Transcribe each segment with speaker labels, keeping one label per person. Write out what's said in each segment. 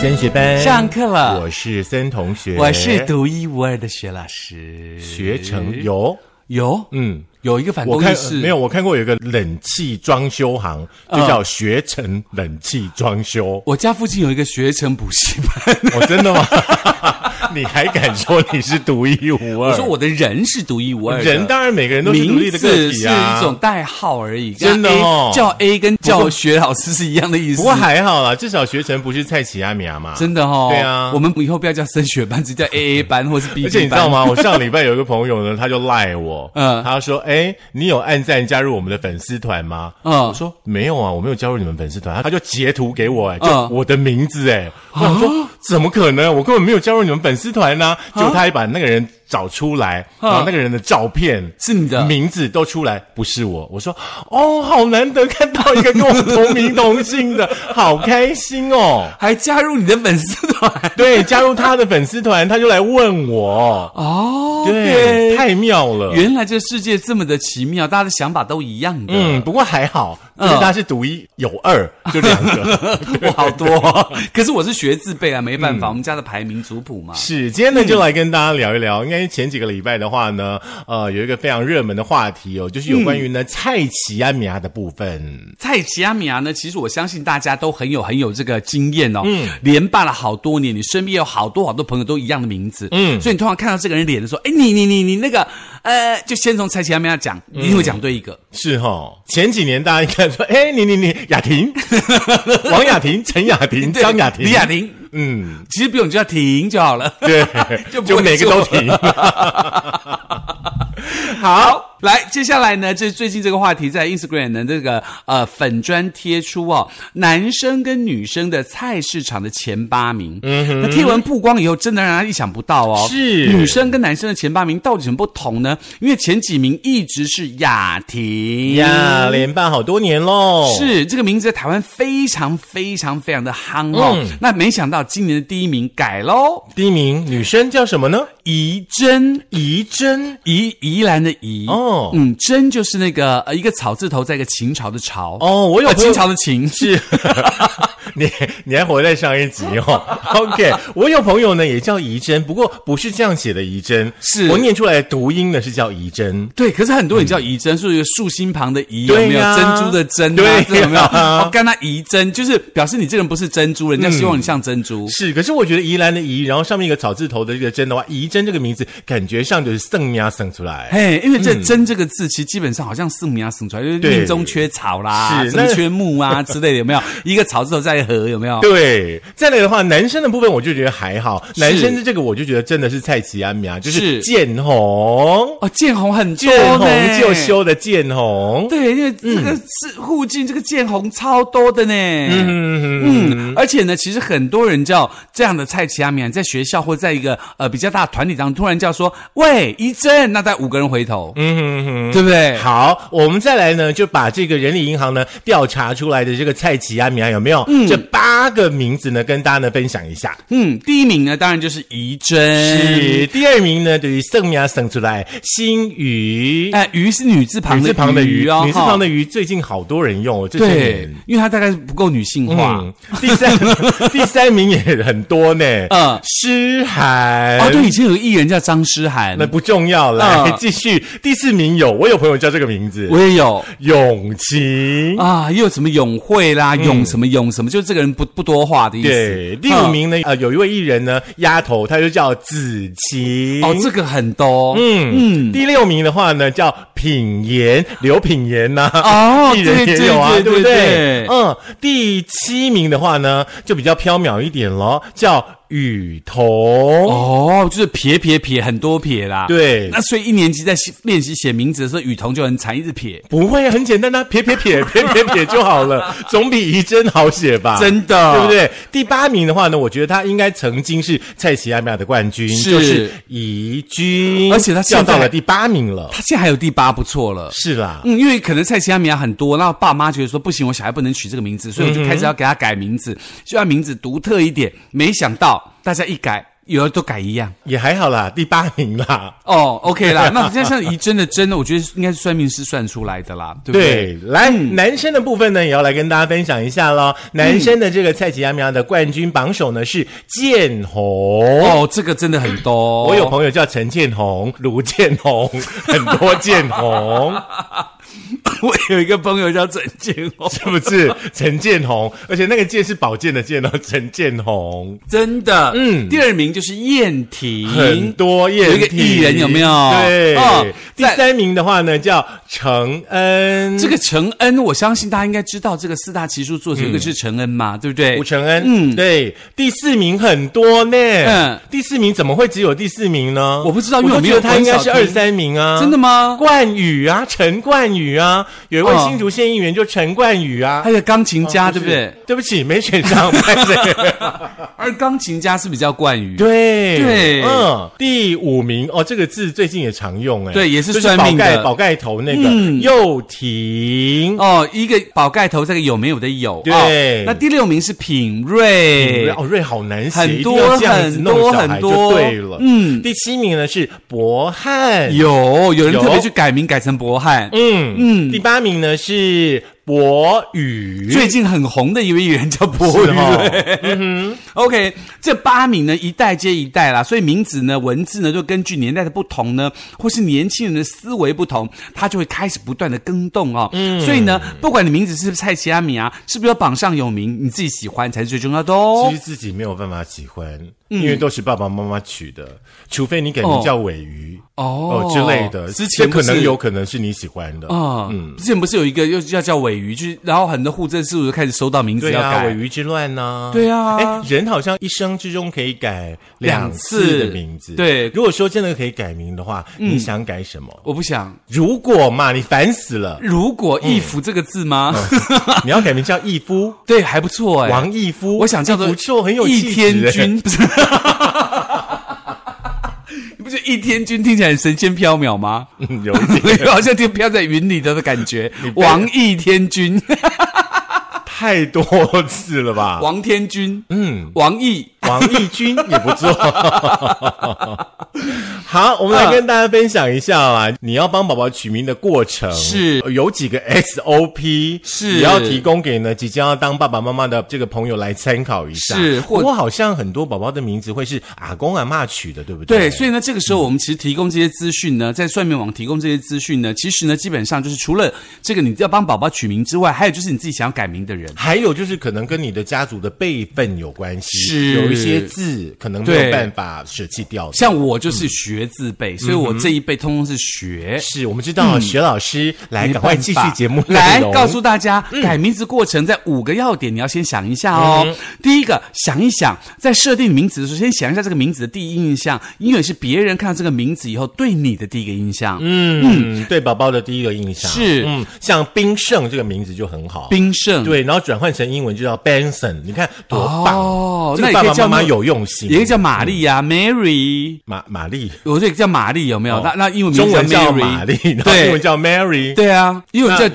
Speaker 1: 森学班
Speaker 2: 上课了
Speaker 1: 哎我是森同学，
Speaker 2: 我是独一无二的薛老师。
Speaker 1: 学成有，
Speaker 2: 有
Speaker 1: 嗯，
Speaker 2: 有一个反
Speaker 1: 我
Speaker 2: 动
Speaker 1: 看
Speaker 2: 意嗯识，
Speaker 1: 没有，我看过有一个冷气装修行，就叫学成冷气装修。
Speaker 2: 我家附近有一个学成补习班。
Speaker 1: 哦，真的吗？ 你还敢说你是独一无二？
Speaker 2: 我说我的人是独一无二的，
Speaker 1: 人当然每个人都是独
Speaker 2: 名
Speaker 1: 立的
Speaker 2: 字
Speaker 1: 个
Speaker 2: 是
Speaker 1: 体啊，
Speaker 2: 一种代号而已。
Speaker 1: 真的
Speaker 2: 跟 A-
Speaker 1: 哦
Speaker 2: 叫 A 跟叫学老师是一样的意思。
Speaker 1: 不过还好啦，至少学成不是蔡奇阿米亚嘛。
Speaker 2: 真的哦，
Speaker 1: 对啊
Speaker 2: 我们以后不要叫升学班，只叫 AA 班或是 BB 班。
Speaker 1: 而且你知道？吗？我上礼拜有一个朋友呢，他就赖我，
Speaker 2: 嗯
Speaker 1: 他说：“哎，你有按赞加入我们的粉丝团吗？”
Speaker 2: 嗯
Speaker 1: 我说：“没有啊，我没有加入你们粉丝团。”他就截图给我，哎，就
Speaker 2: 嗯啊
Speaker 1: 我的名字，哎，我想说怎么可能？我根本没有加入你们粉丝团呐！结果他还把那个人找出来，
Speaker 2: 嗯
Speaker 1: 然后那个人的照片
Speaker 2: 是你的
Speaker 1: 名字都出来，不是我。我说：“哦，好难得看到一个跟我同名同姓的，好开心哦。”
Speaker 2: 还加入你的粉丝团
Speaker 1: 对，加入他的粉丝团，他就来问我，
Speaker 2: 哦？
Speaker 1: 对，太妙了。
Speaker 2: 原来这世界这么的奇妙，大家的想法都一样的。
Speaker 1: 嗯，不过还好，就
Speaker 2: 嗯
Speaker 1: 是他是独一有 二，就两个。
Speaker 2: 我好多哦、 可是我是学字辈啊，没办法，我们家的排名族谱嘛。
Speaker 1: 是，今天呢就来跟大家聊一聊。应该前几个礼拜的话呢，呃，有一个非常热门的话题哦，就是有关于呢蔡奇亚米亚的部分。
Speaker 2: 蔡奇阿米亚呢，其实我相信大家都很有很有这个经验哦，连霸了好多年，你身边有好多好多朋友都一样的名字，嗯，所以你通常看到这个人脸的时候，哎，你你你你那个，呃，就先从蔡奇阿米亚讲，一定会讲对一个，
Speaker 1: 是哈、哦，前几年大家应该说，哎，你你你，雅 婷、王雅婷、陈雅婷、
Speaker 2: 对
Speaker 1: 张雅婷、
Speaker 2: 李雅，婷，
Speaker 1: 嗯，
Speaker 2: 其实不用你就要停就好了。，
Speaker 1: 对
Speaker 2: 就不
Speaker 1: 就
Speaker 2: 会
Speaker 1: 每个都
Speaker 2: 做
Speaker 1: 停。
Speaker 2: 好，来，接下来呢，这最近这个话题在 Instagram 的这个呃粉砖贴出哦，男生跟女生的菜市场的前八名。嗯哼，那贴文曝光以后，真的让人意想不到哦。
Speaker 1: 是
Speaker 2: 女生跟男生的前八名到底有什么不同呢？因为前几名一直是雅婷
Speaker 1: 呀，连办好多年喽。。
Speaker 2: 是这个名字在台湾非常非常非常的夯哦，
Speaker 1: 嗯
Speaker 2: 那没想到今年的第一名改喽，
Speaker 1: 第一名女生叫什么呢？
Speaker 2: 怡珍
Speaker 1: 怡珍
Speaker 2: 宜宜兰的宜
Speaker 1: 哦
Speaker 2: 嗯，真就是那个呃一个草字头，在一个秦朝的朝
Speaker 1: 哦，我有
Speaker 2: 呃
Speaker 1: 朋友
Speaker 2: 清朝的 秦
Speaker 1: 是，你你还活在上一集哦。OK，我有朋友呢也叫怡珍，不过不是这样写的怡珍，
Speaker 2: 是
Speaker 1: 我念出来的读音呢是叫怡珍。
Speaker 2: 对，可是很多人叫怡珍，是一个竖心旁的怡，有
Speaker 1: 嗯对
Speaker 2: 没有
Speaker 1: 呀
Speaker 2: 珍珠的珍
Speaker 1: 对呀
Speaker 2: 啊？这有没有？哦，干那怡珍，就是表示你这个人不是珍珠，人家希望你像珍珠。
Speaker 1: 嗯是，可是我觉得宜兰的宜，然后上面一个草字头的这个珍的话，怡珍这个名字感觉上就是圣呀圣出来。
Speaker 2: 嘿，因为这
Speaker 1: 嗯
Speaker 2: “珍”这个字，其实基本上好像四母啊牙省出来，就是
Speaker 1: 对
Speaker 2: 命中缺草啦，
Speaker 1: 是
Speaker 2: 什么
Speaker 1: 那
Speaker 2: 缺 木啊之类的，有没有？一个草字头在一禾，有没有？
Speaker 1: 对，再来的话，男生的部分我就觉得还好，男生的这个我就觉得真的是蔡奇安米啊，就是
Speaker 2: 是
Speaker 1: 见红，
Speaker 2: 哦，见红很多
Speaker 1: 见红
Speaker 2: 呢
Speaker 1: 就修嗯的见红，
Speaker 2: 对，因为这个是附近这个见红超多的呢。嗯嗯，而且呢，其实很多人叫这样的蔡奇阿米，在学校或在一个呃比较大的团体当中，突然叫说“喂，一真”，那带五个人回头，嗯嗯嗯，对不对？
Speaker 1: 好，我们再来呢，就把这个人力银行呢调查出来的这个蔡奇阿米啊有没有、这八个名字呢，跟大家呢分享一下。
Speaker 2: 嗯，第一名呢，当然就是怡珍。
Speaker 1: 是第二名呢，对于圣米亚省出来新宇，
Speaker 2: 哎，鱼是女字旁
Speaker 1: 女
Speaker 2: 的
Speaker 1: 字旁的鱼，
Speaker 2: 哦，
Speaker 1: 女字旁
Speaker 2: 哈
Speaker 1: 的鱼，最近好多人用哦，这些
Speaker 2: 对
Speaker 1: 年。，
Speaker 2: 因为它大概是不够女性化。
Speaker 1: 嗯，第三 第三名也很多呢，
Speaker 2: 嗯
Speaker 1: 诗涵
Speaker 2: 哦，对，以前有个艺人叫张诗涵
Speaker 1: 那，不重要啦，
Speaker 2: 嗯
Speaker 1: 继续第四名有，我有朋友叫这个名字
Speaker 2: 我，也有。
Speaker 1: 嗯永晴。
Speaker 2: 啊，又有什么永会啦，永什么永什么，就是这个人不不多话的意思。
Speaker 1: 嗯对，第五名呢，呃，有一位艺人呢，丫头，她就叫子琪。
Speaker 2: 嗯。哦，这个很多。
Speaker 1: 嗯嗯，第六名的话呢，叫品言，刘品言呐、
Speaker 2: 哦
Speaker 1: 艺人
Speaker 2: 对
Speaker 1: 也有啊，
Speaker 2: 对
Speaker 1: 不
Speaker 2: 对对
Speaker 1: 嗯，第七名的话呢，就比较缥缈一点咯，叫雨桐。
Speaker 2: 哦，就是撇撇撇，很多撇啦。。
Speaker 1: 对，
Speaker 2: 那所以一年级在写练习写名字的时候，雨桐就很惨，一直撇。
Speaker 1: 不会很简单呐、啊撇撇撇撇撇撇就好了，总比怡珍好写吧？
Speaker 2: 啊真的
Speaker 1: 对不对？第八名的话呢，我觉得他应该曾经是蔡奇亚米亚的冠军，
Speaker 2: 是
Speaker 1: 就是怡君，
Speaker 2: 而且他现
Speaker 1: 降
Speaker 2: 在
Speaker 1: 到了第八名了。
Speaker 2: 他现在还有第八，不错了。
Speaker 1: 是啦，
Speaker 2: 嗯，因为可能蔡奇亚米亚很多，然后爸妈觉得说不行，我小孩不能取这个嗯名字，所以我就开始要给他改名字，就要名字独特一点。没想到大家一改，有的都改一样
Speaker 1: 也还好啦，第八名啦。
Speaker 2: 哦，OK 啦。那再像怡真的真的，我觉得应该是算命师算出来的啦，对不对？嗯
Speaker 1: 对，来、男生的部分呢，也要来跟大家分享一下喽。男生的这个蔡奇亚苗的冠军榜首呢是建宏。
Speaker 2: 哦，这个真的很多。
Speaker 1: 我有朋友叫陈建宏、卢建宏，很多建宏，
Speaker 2: 我有一个朋友叫陈建宏，
Speaker 1: 是不是？陈建宏，而且那个“建”是宝剑的“剑”哦，陈建宏。
Speaker 2: 真的，嗯，第二名就是燕婷，
Speaker 1: 很多
Speaker 2: 有
Speaker 1: 艳
Speaker 2: 一个
Speaker 1: 体
Speaker 2: 艺人有没有
Speaker 1: 对，
Speaker 2: 哦
Speaker 1: 第
Speaker 2: 在
Speaker 1: 三名的话呢叫程恩，
Speaker 2: 这个承恩，我相信大家应该知道，这个四大奇书作者，一个是承恩嘛，对不对
Speaker 1: 嗯吴？承恩，
Speaker 2: 嗯
Speaker 1: 嗯，对，第四名很多呢，
Speaker 2: 嗯
Speaker 1: 嗯，第四名怎么会只有第四名呢？
Speaker 2: 我不知道因
Speaker 1: 我
Speaker 2: 为我
Speaker 1: 都
Speaker 2: 没
Speaker 1: 觉
Speaker 2: 有
Speaker 1: 得他应该是
Speaker 2: 很少
Speaker 1: 二
Speaker 2: 听
Speaker 1: 三名啊，
Speaker 2: 真的吗？
Speaker 1: 冠宇啊，陈冠宇啊，有一位
Speaker 2: 哦
Speaker 1: 新竹县议员就陈冠宇啊，
Speaker 2: 还有钢琴家，对不
Speaker 1: 是
Speaker 2: 对？？
Speaker 1: 对不起，没选上。拍谁
Speaker 2: 而钢琴家是比较惯于，
Speaker 1: 对
Speaker 2: 对
Speaker 1: 嗯，第五名哦，这个字最近也常用哎，
Speaker 2: 对也是
Speaker 1: 就
Speaker 2: 算
Speaker 1: 宝
Speaker 2: 命
Speaker 1: 盖
Speaker 2: 的嗯
Speaker 1: 宝盖头那个幼婷。
Speaker 2: 哦，一个宝盖头，这个有没有的有。
Speaker 1: 对
Speaker 2: 哦那第六名是品瑞，
Speaker 1: 哦，瑞好难写，
Speaker 2: 很
Speaker 1: 一定
Speaker 2: 多
Speaker 1: 要这样子弄小孩
Speaker 2: 很多
Speaker 1: 就对了。嗯，第七名呢是博翰，
Speaker 2: 有有人
Speaker 1: 有
Speaker 2: 特别去改名改成博翰。
Speaker 1: 嗯嗯，第八名呢是博宇，
Speaker 2: 最近很红的一位艺人叫博
Speaker 1: 是
Speaker 2: 宇、
Speaker 1: 哦
Speaker 2: OK，这八名呢一代接一代啦，所以名字呢、文字呢，就根据年代的不同呢，或是年轻人的思维不同，它就会开始不断的更动哦。嗯，所以呢，不管你名字是不是蔡奇阿米啊，是不是有榜上有名，你自己喜欢才是最重要的哦
Speaker 1: 其实。自己没有办法喜欢，
Speaker 2: 嗯
Speaker 1: 因为都是爸爸妈妈取的，除非你改名叫尾鱼
Speaker 2: 哦
Speaker 1: 哦之类的，
Speaker 2: 之前
Speaker 1: 这
Speaker 2: 不
Speaker 1: 可
Speaker 2: 是
Speaker 1: 能有可能是你喜欢的
Speaker 2: 啊，嗯，之前不是有一个又要叫尾鱼，就是然后很多户政事务就开始收到名字
Speaker 1: 对
Speaker 2: 要
Speaker 1: 啊，
Speaker 2: 改。
Speaker 1: 尾鱼之乱呐、
Speaker 2: 对啊
Speaker 1: 哎，人好像一生之中可以改
Speaker 2: 两
Speaker 1: 两
Speaker 2: 次
Speaker 1: 次的名字。
Speaker 2: 对嗯
Speaker 1: 如果说真的可以改名的话，你想改什么？
Speaker 2: 我不想，
Speaker 1: 如果嘛，你烦死 了，
Speaker 2: 如果
Speaker 1: 嗯
Speaker 2: “义父”这个字吗？
Speaker 1: 你要改名叫义夫，
Speaker 2: 对，还不错
Speaker 1: 嗯
Speaker 2: 哎、
Speaker 1: 王义夫，
Speaker 2: 我想叫做
Speaker 1: 哎不错，很有
Speaker 2: 易
Speaker 1: 气质
Speaker 2: 天
Speaker 1: 哎
Speaker 2: 君，不是？ 你不觉得易天君听起来很神仙飘渺吗？
Speaker 1: 嗯 有一点
Speaker 2: 好像天飘在云里头的感觉。
Speaker 1: 被
Speaker 2: 王易天君，
Speaker 1: 太多次了吧？
Speaker 2: 王天君，
Speaker 1: 嗯，
Speaker 2: 王易。
Speaker 1: 王义军也不错。 好，我们
Speaker 2: 啊
Speaker 1: 来跟大家分享一下啊，你要帮宝宝取名的过程
Speaker 2: 是
Speaker 1: 呃有几个 SOP，
Speaker 2: 是
Speaker 1: 也要提供给呢即将要当爸爸妈妈的这个朋友来参考一下。
Speaker 2: 是或
Speaker 1: 不过好像很多宝宝的名字会是阿公阿嬷取的，对不
Speaker 2: 对，
Speaker 1: 对？
Speaker 2: 所以呢，这个时候我们其实提供这些资讯呢，在算命网提供这些资讯呢，其实呢，基本上就是除了这个你要帮宝宝取名之外，还有就是你自己想要改名的人。
Speaker 1: 还有就是，可能跟你的家族的辈分有关系，
Speaker 2: 是
Speaker 1: 有一些字可能没
Speaker 2: 对
Speaker 1: 有办法舍弃掉的。
Speaker 2: 像我就是学字辈，所以我这一辈通通是学。
Speaker 1: 是我们知道，学老师来
Speaker 2: 嗯没
Speaker 1: 哎赶快
Speaker 2: 办
Speaker 1: 继续
Speaker 2: 法
Speaker 1: 节目内
Speaker 2: 来
Speaker 1: 容嗯
Speaker 2: 告诉大家、改名字过程，在五个要点，你要先想一下哦。第一个，想一想，在设定名字的时候，先想一下这个名字的第一印象，因为是别人看到这个名字以后对你的第一个印象。
Speaker 1: 嗯，对宝宝的第一个印象
Speaker 2: 是
Speaker 1: 嗯，像冰胜这个名字就很好，
Speaker 2: 冰胜，
Speaker 1: 对，然后转换成英文就叫 Benson，你看多棒
Speaker 2: 哦
Speaker 1: 这个
Speaker 2: 那
Speaker 1: 爸
Speaker 2: 也可以
Speaker 1: 爸
Speaker 2: 叫
Speaker 1: 妈妈
Speaker 2: 那
Speaker 1: 有嗯用心，
Speaker 2: 也可以叫玛丽呀、m a r y
Speaker 1: 玛玛丽，
Speaker 2: 我这个叫玛丽有没有？那那英文名
Speaker 1: 哦中文叫
Speaker 2: Mary
Speaker 1: 玛丽，然后英文
Speaker 2: 对
Speaker 1: 叫 Mary，
Speaker 2: 对啊，英文叫
Speaker 1: 那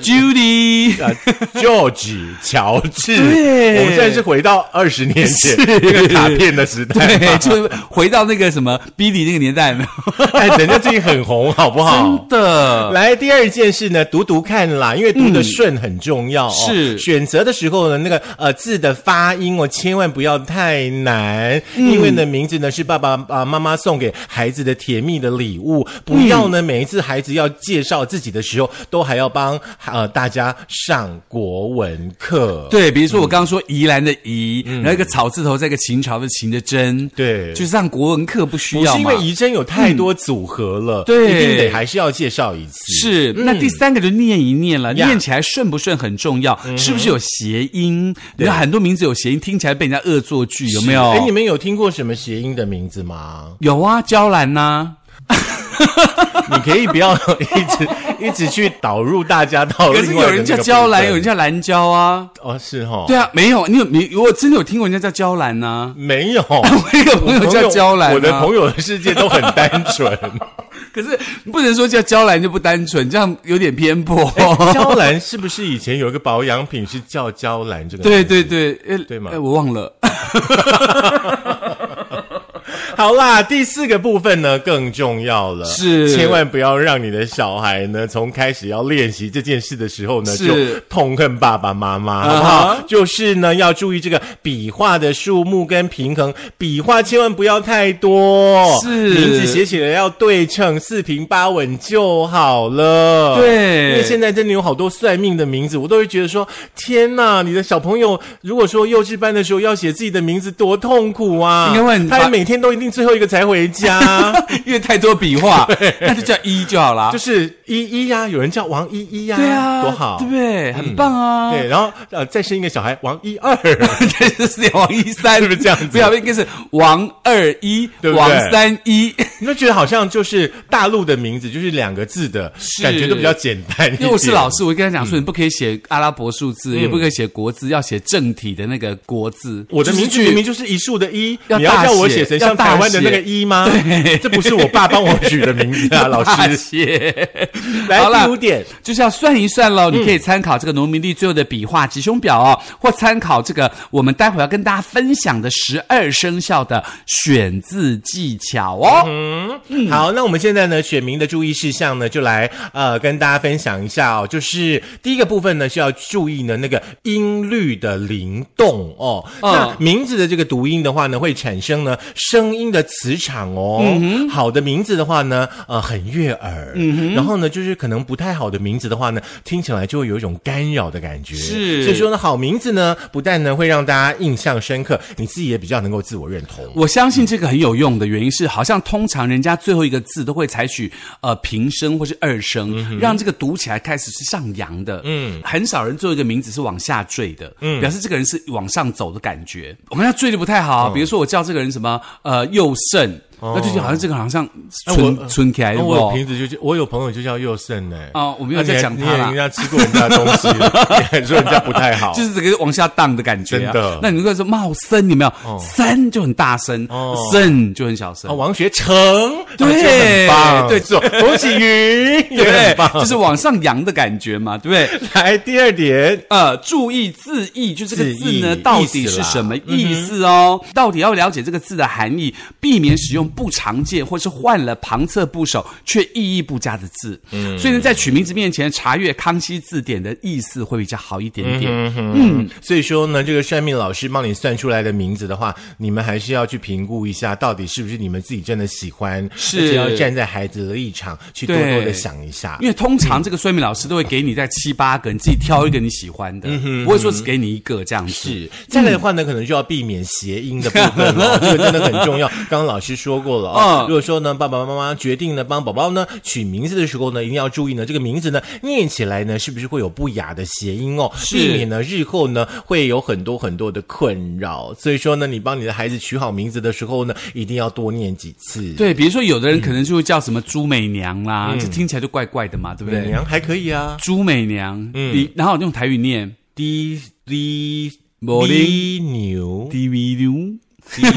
Speaker 2: Judy。
Speaker 1: 啊 ，George 乔治，
Speaker 2: 对
Speaker 1: 我们现在是回到二十年前那个卡片的时代
Speaker 2: 对，
Speaker 1: 嘛，
Speaker 2: 就回到那个什么 Billy 那个年代有没有？
Speaker 1: 哎，人家最近很红，好不好？
Speaker 2: 真的，
Speaker 1: 来，第二件事呢，读读看啦，因为读得顺很重要、哦
Speaker 2: 嗯是
Speaker 1: 选择的时候呢，那个呃字的发音哦，千万不要太难，
Speaker 2: 嗯
Speaker 1: 因为呢名字呢是爸爸啊、妈妈送给孩子的甜蜜的礼物，不要呢、每一次孩子要介绍自己的时候，都还要帮呃大家上国文课。
Speaker 2: 对，比如说我刚刚说宜兰的宜，然后一个草字头，再一个秦朝的秦的真，
Speaker 1: 嗯对
Speaker 2: 就是上国文课不需
Speaker 1: 不
Speaker 2: 要
Speaker 1: 是因
Speaker 2: 嘛嗯
Speaker 1: 为。仪真有太多组合了，
Speaker 2: 对
Speaker 1: 一定得还是要介绍一次。
Speaker 2: 是，那第三个就念一念了，
Speaker 1: 嗯呀嗯
Speaker 2: 念起来顺不顺很重要，是不是有谐音？你看很多名字有谐音，听起来被人家恶作剧，有没有
Speaker 1: 哎，？你们有听过什么谐音的名字吗？
Speaker 2: 有啊，娇兰呐，
Speaker 1: 你可以不要 一直一直去导入大家到
Speaker 2: 可
Speaker 1: 哦
Speaker 2: 是
Speaker 1: 另外的
Speaker 2: 有人
Speaker 1: 那
Speaker 2: 叫
Speaker 1: 个
Speaker 2: 娇
Speaker 1: 部
Speaker 2: 兰，
Speaker 1: 分
Speaker 2: 有人叫兰娇啊。
Speaker 1: 哦是哈、哦，
Speaker 2: 对啊，没有，你有你我真的有听过人家叫娇 兰呐。
Speaker 1: 没有，
Speaker 2: 我一个 朋友叫娇兰啊
Speaker 1: 我的朋友的世界都很单 纯。
Speaker 2: 可是不能说叫娇兰就不单纯，这样有点偏 颇。
Speaker 1: 娇兰是不是以前有一个保养品是叫娇兰这个？
Speaker 2: 哎对对对，呃
Speaker 1: 对吗
Speaker 2: 呃我忘了。
Speaker 1: 好啦，第四个部分呢更重要了，
Speaker 2: 是
Speaker 1: 千万不要让你的小孩呢从开始要练习这件事的时候呢
Speaker 2: 是
Speaker 1: 就痛恨爸爸妈妈，
Speaker 2: 啊哈
Speaker 1: 好不好？就是呢要注意这个笔画的数目跟平衡，笔画千万不要太多，
Speaker 2: 是
Speaker 1: 名字写起来要对称，四平八稳就好了。
Speaker 2: 对
Speaker 1: 因为现在真的有好多算命的名字，我都会觉得说，天呐，你的小朋友如果说幼稚班的时候要写自己的名字，多痛苦啊！
Speaker 2: 应该会很
Speaker 1: 他每天都一定最后一个才回家，
Speaker 2: 因为太多 笔画，那就叫一就好啦
Speaker 1: 就。是依依呀，有人叫王依依呀，
Speaker 2: 对啊，
Speaker 1: 多好嗯
Speaker 2: 对。不对？很棒啊！
Speaker 1: 对，然后呃，再生一个小孩王一二，
Speaker 2: 对，就是王一三，
Speaker 1: 是不是这样子
Speaker 2: 不要，应该是王二一，
Speaker 1: 对不对
Speaker 2: 王三 一。
Speaker 1: 你就觉得好像就是大陆的名字，就是两个字的
Speaker 2: 是
Speaker 1: 感觉都比较简单一
Speaker 2: 因
Speaker 1: 点。
Speaker 2: 为我是老师，我跟他
Speaker 1: 嗯
Speaker 2: 讲说，你不可以写阿拉伯数字，也不可以写国字，要写正体的那个国字。
Speaker 1: 我的
Speaker 2: 就是
Speaker 1: 名字
Speaker 2: 去
Speaker 1: 明明就是一竖的一，
Speaker 2: 要
Speaker 1: 你要
Speaker 2: 大
Speaker 1: 叫我
Speaker 2: 写
Speaker 1: 写成
Speaker 2: 要
Speaker 1: 像
Speaker 2: 大
Speaker 1: 台湾的那个
Speaker 2: 写
Speaker 1: 一吗？对，这不是我爸帮我取的名 字啊，老
Speaker 2: 大
Speaker 1: 师。
Speaker 2: 写。
Speaker 1: 来
Speaker 2: 好啦
Speaker 1: 第五点，
Speaker 2: 就是要算一算喽。你可以参考这个农民历最后的笔画吉凶表哦，或参考这个我们待会要跟大家分享的十二生肖的选字技巧哦。
Speaker 1: 好，那我们现在呢，选民的注意事项呢，就来呃跟大家分享一下哦。就是第一个部分呢，是要注意呢那个音律的灵动哦。
Speaker 2: 嗯
Speaker 1: 那名字的这个读音的话呢，会产生呢声音的磁场哦。好的名字的话呢，呃，很悦耳。然后呢，就是可能不太好的名字的话呢，听起来就会有一种干扰的感觉。
Speaker 2: 是
Speaker 1: 所以说呢，好名字呢，不但呢会让大家印象深刻，你自己也比较能够自我认同。
Speaker 2: 我相信这个很有用的原因是，好像通常人家最后一个字都会采取呃平声或是二声，
Speaker 1: 嗯
Speaker 2: 让这个读起来开始是上扬的。嗯，很少人做一个名字是往下坠的，嗯，表示这个人是往上走的感觉。我们要坠的不太
Speaker 1: 哦
Speaker 2: 好，比如说我叫这个人什么呃佑胜，那就觉得好像这个人好像
Speaker 1: 哎我
Speaker 2: 存存起来，
Speaker 1: 哦那
Speaker 2: 对
Speaker 1: 我
Speaker 2: 不
Speaker 1: 有瓶子就叫，我有朋友就叫佑胜呢、
Speaker 2: 哦我没有
Speaker 1: 啊你
Speaker 2: 在
Speaker 1: 还
Speaker 2: 讲
Speaker 1: 你
Speaker 2: 他啦
Speaker 1: 也人家吃过人家的东 西，你还说人家不太好，
Speaker 2: 就是整个往下荡的感觉、啊。
Speaker 1: 真的
Speaker 2: 那你如果说茂森，有没有？森、就很大声，
Speaker 1: 哦
Speaker 2: 森就很小声。
Speaker 1: 啊，王学成，
Speaker 2: 哦
Speaker 1: 啊就
Speaker 2: 对
Speaker 1: 很棒，
Speaker 2: 对
Speaker 1: 是哦冯启云
Speaker 2: 对
Speaker 1: 也
Speaker 2: 不
Speaker 1: 很
Speaker 2: 对？
Speaker 1: 棒。
Speaker 2: 就是往上扬的感觉嘛，对不对？
Speaker 1: 来第二点，
Speaker 2: 呃，注意字义，就这个字呢，
Speaker 1: 字义
Speaker 2: 到底是什么
Speaker 1: 嗯
Speaker 2: 意思哦？到底要了解这个字的含义，避免使用不常见或是换了旁侧部首却意义不佳的字。嗯，所以呢，在取名字面前查阅《康熙字典》的意思会比较好一点点。
Speaker 1: 嗯，所以说呢，这个算命老师帮你算出来的名字的话，你们还是要去评估一下，到底是不是你们自己真的喜欢，
Speaker 2: 是
Speaker 1: 而且要站在孩子的立场去多多
Speaker 2: 对
Speaker 1: 的想一下
Speaker 2: 因。为通常这个算命老师都会给你在七八个，你自己挑一个你喜欢
Speaker 1: 嗯
Speaker 2: 的，不会说只给你一个这样子。
Speaker 1: 是，再来的话呢，可能就要避免谐音的部分 了，这个真的很重要。刚刚老师说过了啊、
Speaker 2: 嗯
Speaker 1: 如果说呢，爸爸妈妈决定呢帮宝宝呢取名字的时候呢，一定要注意呢，这个名字呢念起来呢是不是会有不雅的谐音哦，
Speaker 2: 是
Speaker 1: 避免呢日后呢会有很多很多的困扰。所以说呢，你帮你的孩子取好名字的时候呢，一定要多念几次。。
Speaker 2: 对，比如说有的人可能就会叫什么朱美娘啦，
Speaker 1: 嗯
Speaker 2: 这听起来就怪怪的嘛，对不对？
Speaker 1: 娘还可以 啊
Speaker 2: 朱美娘，
Speaker 1: 嗯
Speaker 2: 你然后用台语念
Speaker 1: ，D D
Speaker 2: 摩林
Speaker 1: 牛，
Speaker 2: “D V 牛”，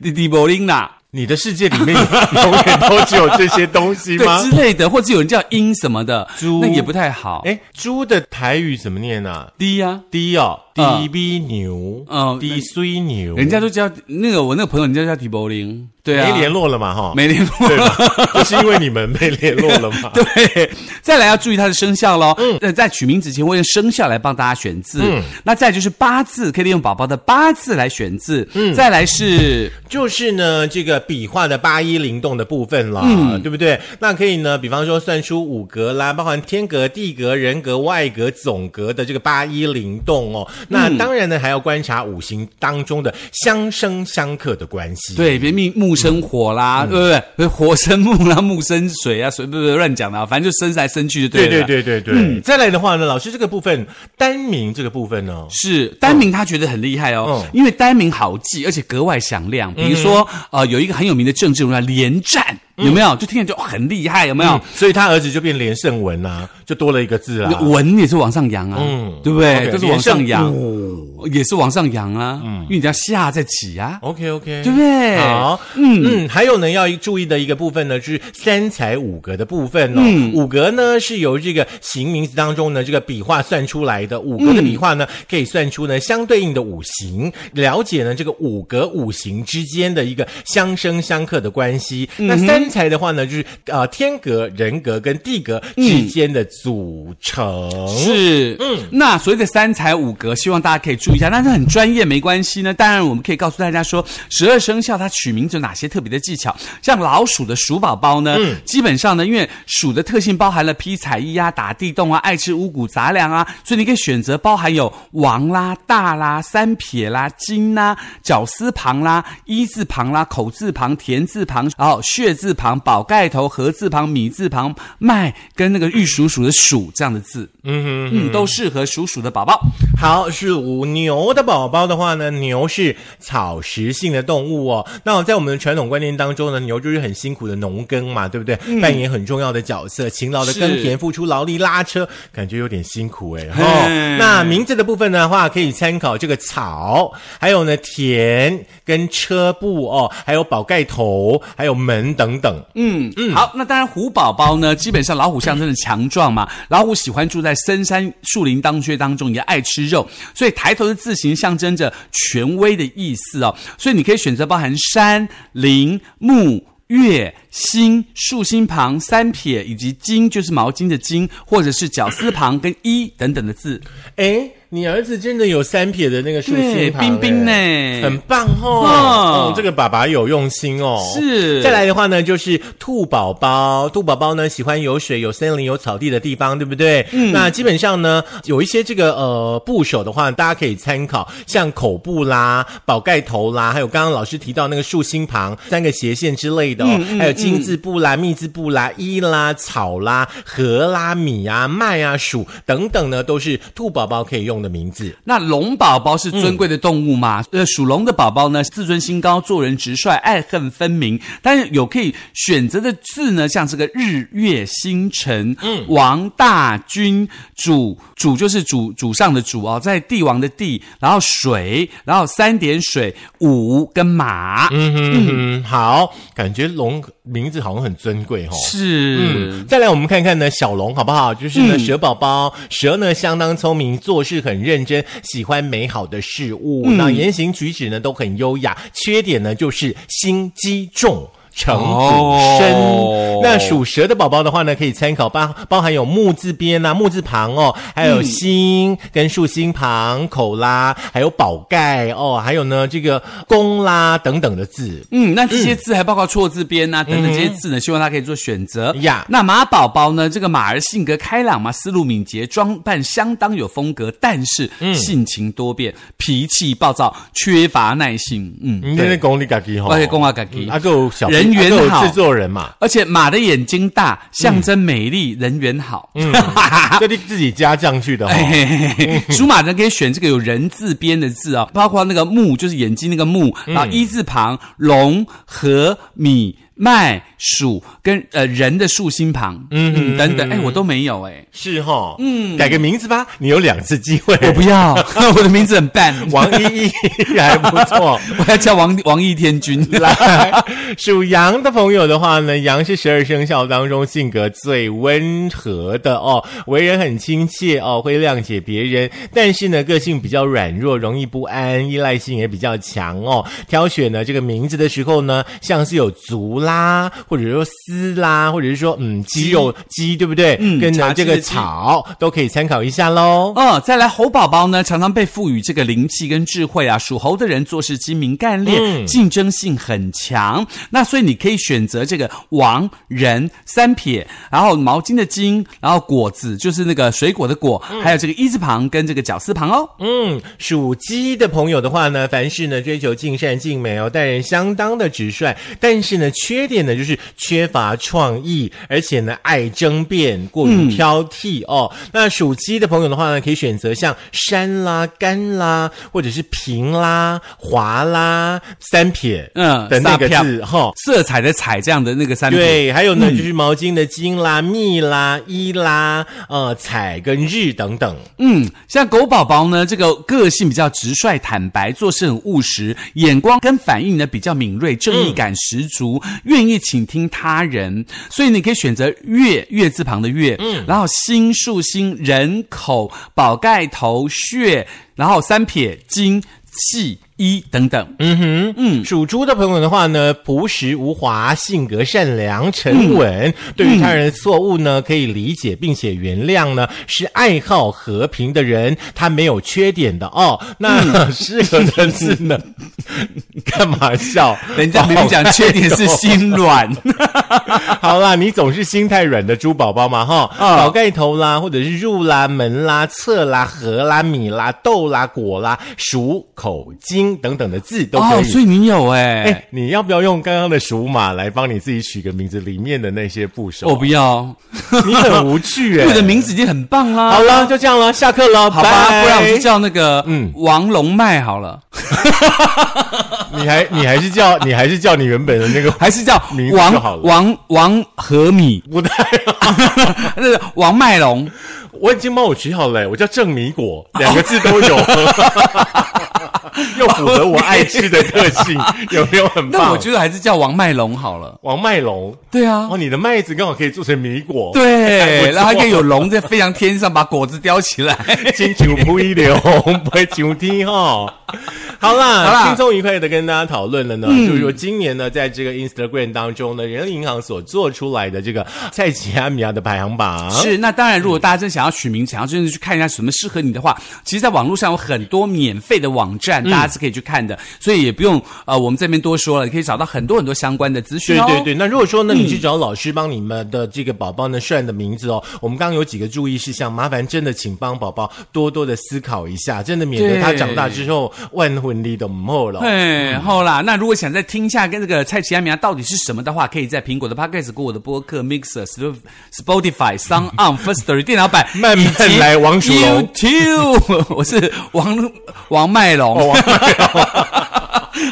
Speaker 2: 滴滴波林啦，
Speaker 1: 你的世界里面 永远都只有这些东西
Speaker 2: 对
Speaker 1: 吗？
Speaker 2: 之类的，或者有人叫音什么的，
Speaker 1: 猪
Speaker 2: 那也不太好。
Speaker 1: 哎，猪的台语怎么念呢、啊？
Speaker 2: 低呀，
Speaker 1: 低哦，
Speaker 2: 啊
Speaker 1: 低逼牛，
Speaker 2: 哦
Speaker 1: 低虽牛，
Speaker 2: 人家都叫那个我那个朋友，人家叫迪波林，对啊，
Speaker 1: 没联络了嘛，哈，
Speaker 2: 没联络。
Speaker 1: 对吧？ 不是因为你们没联络了嘛？
Speaker 2: 对，再来要注意它的生肖喽。嗯，在取名之前会用生肖来帮大家选字。嗯，那再就是八字，可以利用宝宝的八字来选字。嗯，再来是
Speaker 1: 就是呢，这个笔画的八一灵动的部分啦，
Speaker 2: 嗯
Speaker 1: 对不对？那可以呢，比方说算出五格啦，包含天格、地格、人格、外格、总格的这个八一灵动哦。那
Speaker 2: 嗯
Speaker 1: 当然呢，还要观察五行当中的相生相克的关系。
Speaker 2: 对，别命木生火
Speaker 1: 嗯
Speaker 2: 啦，对不对？不是火生木啦，木生水啊，水不不不乱讲啦，反正就生来生去就对
Speaker 1: 对
Speaker 2: 了。
Speaker 1: 对对对对。再来的话呢，老师这个部分单名这个部分呢、
Speaker 2: 是单名，他觉得很厉害哦，
Speaker 1: 嗯
Speaker 2: 因为单名好记，而且格外响亮。比如说，呃，有一个很有名的政治人物叫连战，有没
Speaker 1: 嗯
Speaker 2: 有？就听着就很厉害，有没有？
Speaker 1: 所以他儿子就变连胜文啊，就多了一个字啊。
Speaker 2: 文也是往上扬啊，
Speaker 1: 嗯
Speaker 2: 对不对？
Speaker 1: OK，嗯
Speaker 2: 就是往上扬
Speaker 1: 连，
Speaker 2: 也是往上扬啊，因为你要下再起啊，
Speaker 1: OK OK，
Speaker 2: 对不对
Speaker 1: 好，嗯嗯，还有呢要注意的一个部分呢是三才五格的部分哦。五格呢是由这个形名字当中呢这个笔画算出来的，五格的笔画呢、嗯可以算出呢相对应的五行，了解呢这个五格五行之间的一个相生相克的关系。那三才的话呢就是呃天格、人格跟地格之间的组成。
Speaker 2: 是，嗯，那所谓的三才五格，希望大家可以注意一下。但是很专业没关系呢。当然，我们可以告诉大家说，十二生肖它取名字有哪些特别的技巧。像老鼠的鼠宝宝呢，基本上呢，因为鼠的特性包含了劈柴衣啊、打地洞啊、爱吃五谷杂粮啊，所以你可以选择包含有王啦、大啦、三撇啦、金啦、绞丝旁啦、一字旁啦、口字旁、田字旁，然后血字旁、宝盖头、禾字旁、米字旁、麦跟那个玉鼠鼠的鼠这样的字。嗯，都适合属鼠的宝宝。
Speaker 1: 好，是五牛的宝宝的话呢，牛是草食性的动物哦。那在我们的传统观念当中呢，牛就是很辛苦的农耕嘛，对不对？
Speaker 2: 嗯
Speaker 1: 扮演很重要的角色，勤劳的耕田，付出劳力拉车，感觉有点辛苦哎。哦
Speaker 2: 嘿，
Speaker 1: 那名字的部分的话，可以参考这个草，还有呢田跟车部哦，还有宝盖头，还有门等等。
Speaker 2: 嗯嗯，好，那当然虎宝宝呢，基本上老虎象征的强壮嘛，老虎喜欢住在深山树林当穴当中，也爱吃肉，所以抬头的字形象征着权威的意思哦。所以你可以选择包含山、林、木。月、星、竖心旁、三撇以及巾，就是毛巾的巾，或者是绞丝旁跟一等等的字。
Speaker 1: 哎，你儿子真的有三撇的那个竖
Speaker 2: 对
Speaker 1: 心旁
Speaker 2: 冰冰
Speaker 1: 哎
Speaker 2: 呢
Speaker 1: 很棒哦
Speaker 2: 嗯
Speaker 1: 哦这个爸爸有用心哦。
Speaker 2: 是
Speaker 1: 再来的话呢，就是兔宝宝，兔宝宝呢喜欢有水、有森林、有草地的地方，对不对？嗯。那基本上呢，有一些这个呃部首的话，大家可以参考，像口部啦、宝盖头啦，还有刚刚老师提到那个竖心旁三个斜线之类的哦，还有金字部啦、密字部啦、一啦、草啦、禾啦、米啊、麦啊、黍等等呢，都是兔宝宝可以用的名字。
Speaker 2: 那龙宝宝是尊贵的动物嘛？呃，属龙的宝宝呢，自尊心高，做人直率，爱恨分明。但是有可以选择的字呢，像这个日月星辰，嗯，王大君主主就是主主上的主哦，在帝王的帝，然后水，然后三点水，五跟马，嗯，
Speaker 1: 嗯，好，感觉龙名字好像很尊贵哦。
Speaker 2: 是。
Speaker 1: 嗯，再来我们看看呢，小龙好不好？就是呢，蛇宝宝，蛇呢相当聪明，做事很认真，喜欢美好的事物，那言行举止呢都很优雅。缺点呢就是心机重。城主深，
Speaker 2: 哦
Speaker 1: 那属蛇的宝宝的话呢，可以参考包包含有木字边呐、木字旁哦，还有心跟竖心旁、口啦，还有宝盖哦，还有呢这个弓啦等等的字。
Speaker 2: 嗯，那这些字还包括错字边啊、等等这些字呢，希望大家可以做选择。
Speaker 1: 呀
Speaker 2: 那马宝宝呢？这个马儿性格开朗嘛，思路敏捷，装扮相当有风格，但是
Speaker 1: 嗯
Speaker 2: 性情多变，脾气暴躁，缺乏耐性。嗯，
Speaker 1: 你在那讲你自己吼，
Speaker 2: 我在讲我自己
Speaker 1: 嗯啊，还有小
Speaker 2: 人缘
Speaker 1: 还有
Speaker 2: 好
Speaker 1: 制作人嘛，
Speaker 2: 而且马的眼睛大，
Speaker 1: 嗯
Speaker 2: 象征美丽，人缘好。
Speaker 1: 这你自己加上去的吼。
Speaker 2: 啊哎嘿嘿嘿嘿，属马的可以选这个有人字边的字哦，包括那个木，就是眼睛那个木，然后一字旁、龙、和、米、麦、鼠跟呃人的竖心旁，嗯嗯等等，哎，我都没有哎，
Speaker 1: 是哈，嗯，改个名字吧，你有两次机会。
Speaker 2: 我不 要，我的名字很笨，
Speaker 1: 王依依还不错。
Speaker 2: 我要叫王王毅天 君。
Speaker 1: 来， 属羊的朋友的话呢，羊是十二生肖当中性格最温和的哦，为人很亲切哦，会谅解别人，但是呢，个性比较软弱，容易不安，依赖性也比较强哦。挑选呢这个名字的时候呢，像是有足啦，或者说丝啦，或者是说嗯肌肉肌，对不对？
Speaker 2: 嗯
Speaker 1: 跟呢
Speaker 2: 茶
Speaker 1: 这
Speaker 2: 几
Speaker 1: 个
Speaker 2: 的鸡
Speaker 1: 草都可以参考一下喽。
Speaker 2: 哦，再来猴宝宝呢，常常被赋予这个灵气跟智慧啊。属猴的人做事精明干练，竞争性很强。那所以你可以选择这个王人三撇，然后毛巾的巾，然后果子就是那个水果的果，还有这个一字旁跟这个绞丝旁哦。
Speaker 1: 嗯，属鸡的朋友的话呢，凡事呢追求尽善尽美哦，待人相当的直率，但是呢，缺缺点呢就是缺乏创意，而且呢爱争辩，过于挑剔、哦。那属鸡的朋友的话呢，可以选择像山啦、干啦，或者是平啦、滑啦、三撇，
Speaker 2: 嗯
Speaker 1: 的那个
Speaker 2: 撒
Speaker 1: 字哈、
Speaker 2: 色彩的彩这样的那个三嗯品，
Speaker 1: 对，还有呢，就是毛巾的巾啦、蜜啦、衣啦、呃彩跟日等等。
Speaker 2: 嗯，像狗宝宝呢，这个个性比较直率、坦白，做事很务实，眼光跟反应呢比较敏锐，正义感十足，
Speaker 1: 嗯
Speaker 2: 愿意倾听他人。所以你可以选择月月字旁的月，嗯，然后心树心人口宝盖头穴，然后三撇金气一等等。
Speaker 1: 嗯
Speaker 2: 嗯
Speaker 1: 属猪的朋友的话呢，朴实无华，性格善良、沉稳，
Speaker 2: 嗯
Speaker 1: 对于他人的错误呢，可以理解并且原谅呢，是爱好和平的人，他没有缺点的哦。
Speaker 2: 嗯
Speaker 1: 那适合的字 呢？干嘛笑？
Speaker 2: 人家明明讲缺点是心软，
Speaker 1: 好啦，你总是心太软的猪宝宝嘛，哈，
Speaker 2: 啊
Speaker 1: 宝盖头啦，或者是入啦、门啦、侧啦、合啦、米啦、豆啦、果啦、属口金等等的字 都可
Speaker 2: 哦，
Speaker 1: 以。
Speaker 2: 所以你有哎、
Speaker 1: 哎、你要不要用刚刚的属马来帮你自己取个名字？里面的那些部首，
Speaker 2: 我不要，
Speaker 1: 你 很无趣哎、
Speaker 2: 我的名字已经很棒啦。
Speaker 1: 好了，就这样了，下课了，
Speaker 2: 好吧，
Speaker 1: 拜
Speaker 2: 不然我就叫那个
Speaker 1: 嗯
Speaker 2: 嗯王龙脉好了，
Speaker 1: 你 还你还是叫你还是叫你原本的那个，
Speaker 2: 还是叫
Speaker 1: 名字就好了，
Speaker 2: 王王王和米
Speaker 1: 不太，
Speaker 2: 那个王麦龙。
Speaker 1: 我已经帮我取好了、哎我叫郑米果，两个字都 有。又符合我爱吃的个 性，有没有很棒？
Speaker 2: 那我觉得还是叫王麦龙好了。
Speaker 1: 王麦龙，
Speaker 2: 对啊
Speaker 1: 哦，，你的麦子刚好可以做成米果，，哎
Speaker 2: 对，
Speaker 1: 不错
Speaker 2: 然后还可以有龙在飞上天上把果子叼起来。
Speaker 1: 金球不一流，不会球踢 哈。好啦，
Speaker 2: 好啦嗯
Speaker 1: 轻松愉快的跟大家讨论了呢，就是说今年呢，在这个 Instagram 当中呢，人力银行所做出来的这个蔡奇阿米亚的排行榜。
Speaker 2: 是，那当然，如果大家真想要取名，想要真的去看一下什么适合你的话，其实，在网络上有很多免费的网站，
Speaker 1: 嗯
Speaker 2: 大家是可以去看的，所以也不用呃我们这边多说了，你可以找到很多很多相关的资讯
Speaker 1: 对
Speaker 2: 哦。
Speaker 1: 对对，那如果说呢，你去找老师帮你们的这个宝宝呢算的名字哦，我们刚刚有几个注意事项，麻烦真的请帮宝宝多多的思考一下，真的免得
Speaker 2: 对
Speaker 1: 他长大之后万魂力都没有了。
Speaker 2: 哎，好啦，那如果想再听一下跟这个蔡奇阿米亚啊到底是什么的话，可以在苹果的 Podcast、跟我的播客 Mixer、Sp- Spotify、Sound On、First Story 电脑版，
Speaker 1: 慢慢来王鼠龙
Speaker 2: YouTube，我 是王王麦龙。
Speaker 1: 哦王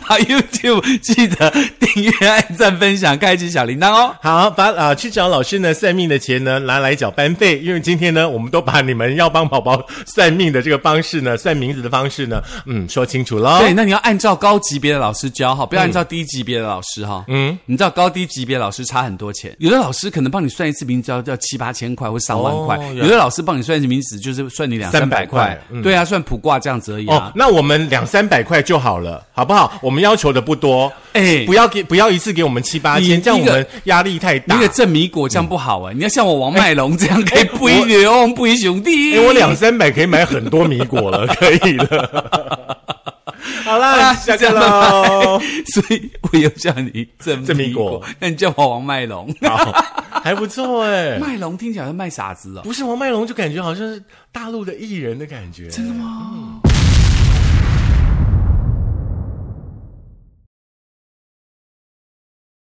Speaker 2: 好，YouTube 记得订阅、按赞、分享、开启小铃铛哦。
Speaker 1: 好，把啊、去找老师呢算命的钱呢拿来缴班费，因为今天呢我们都把你们要帮宝宝算命的这个方式呢，算名字的方式呢，嗯，说清楚喽。
Speaker 2: 对，那你要按照高级别的老师教哈，不要按照低级别的老师哈。嗯，你知道高低级别老师差很多钱，有的老师可能帮你算一次名字要要七八千块或上万块，
Speaker 1: 哦
Speaker 2: 有的老师帮你算一次名字就是算你两
Speaker 1: 三
Speaker 2: 三
Speaker 1: 百
Speaker 2: 百块
Speaker 1: 块。嗯
Speaker 2: 对啊，算卜卦这样子而已
Speaker 1: 哦
Speaker 2: 啊，。
Speaker 1: 那我们两三百块就好了，好不好？我们要求的不多，
Speaker 2: 哎
Speaker 1: 不要给不要一次给我们七八
Speaker 2: 你
Speaker 1: 千，这样我
Speaker 2: 一个
Speaker 1: 们压力太大
Speaker 2: 那。个正米果这样不好
Speaker 1: 嗯
Speaker 2: 哎，你要像我王麦龙这样可以不一牛不一兄弟。
Speaker 1: 哎，我两三百可以买很多米果了，可以了。 好
Speaker 2: 好
Speaker 1: 啦，
Speaker 2: 啦
Speaker 1: 下
Speaker 2: 这
Speaker 1: 课
Speaker 2: 样
Speaker 1: 喽。
Speaker 2: 拜拜所以我又叫你正
Speaker 1: 正米
Speaker 2: 米
Speaker 1: 果
Speaker 2: 果，那你叫我王麦龙。
Speaker 1: 好，还不错哎。
Speaker 2: 麦龙听起来像卖傻子哦。
Speaker 1: 不是王麦龙，就感觉好像是大陆的艺人的感觉。真的吗？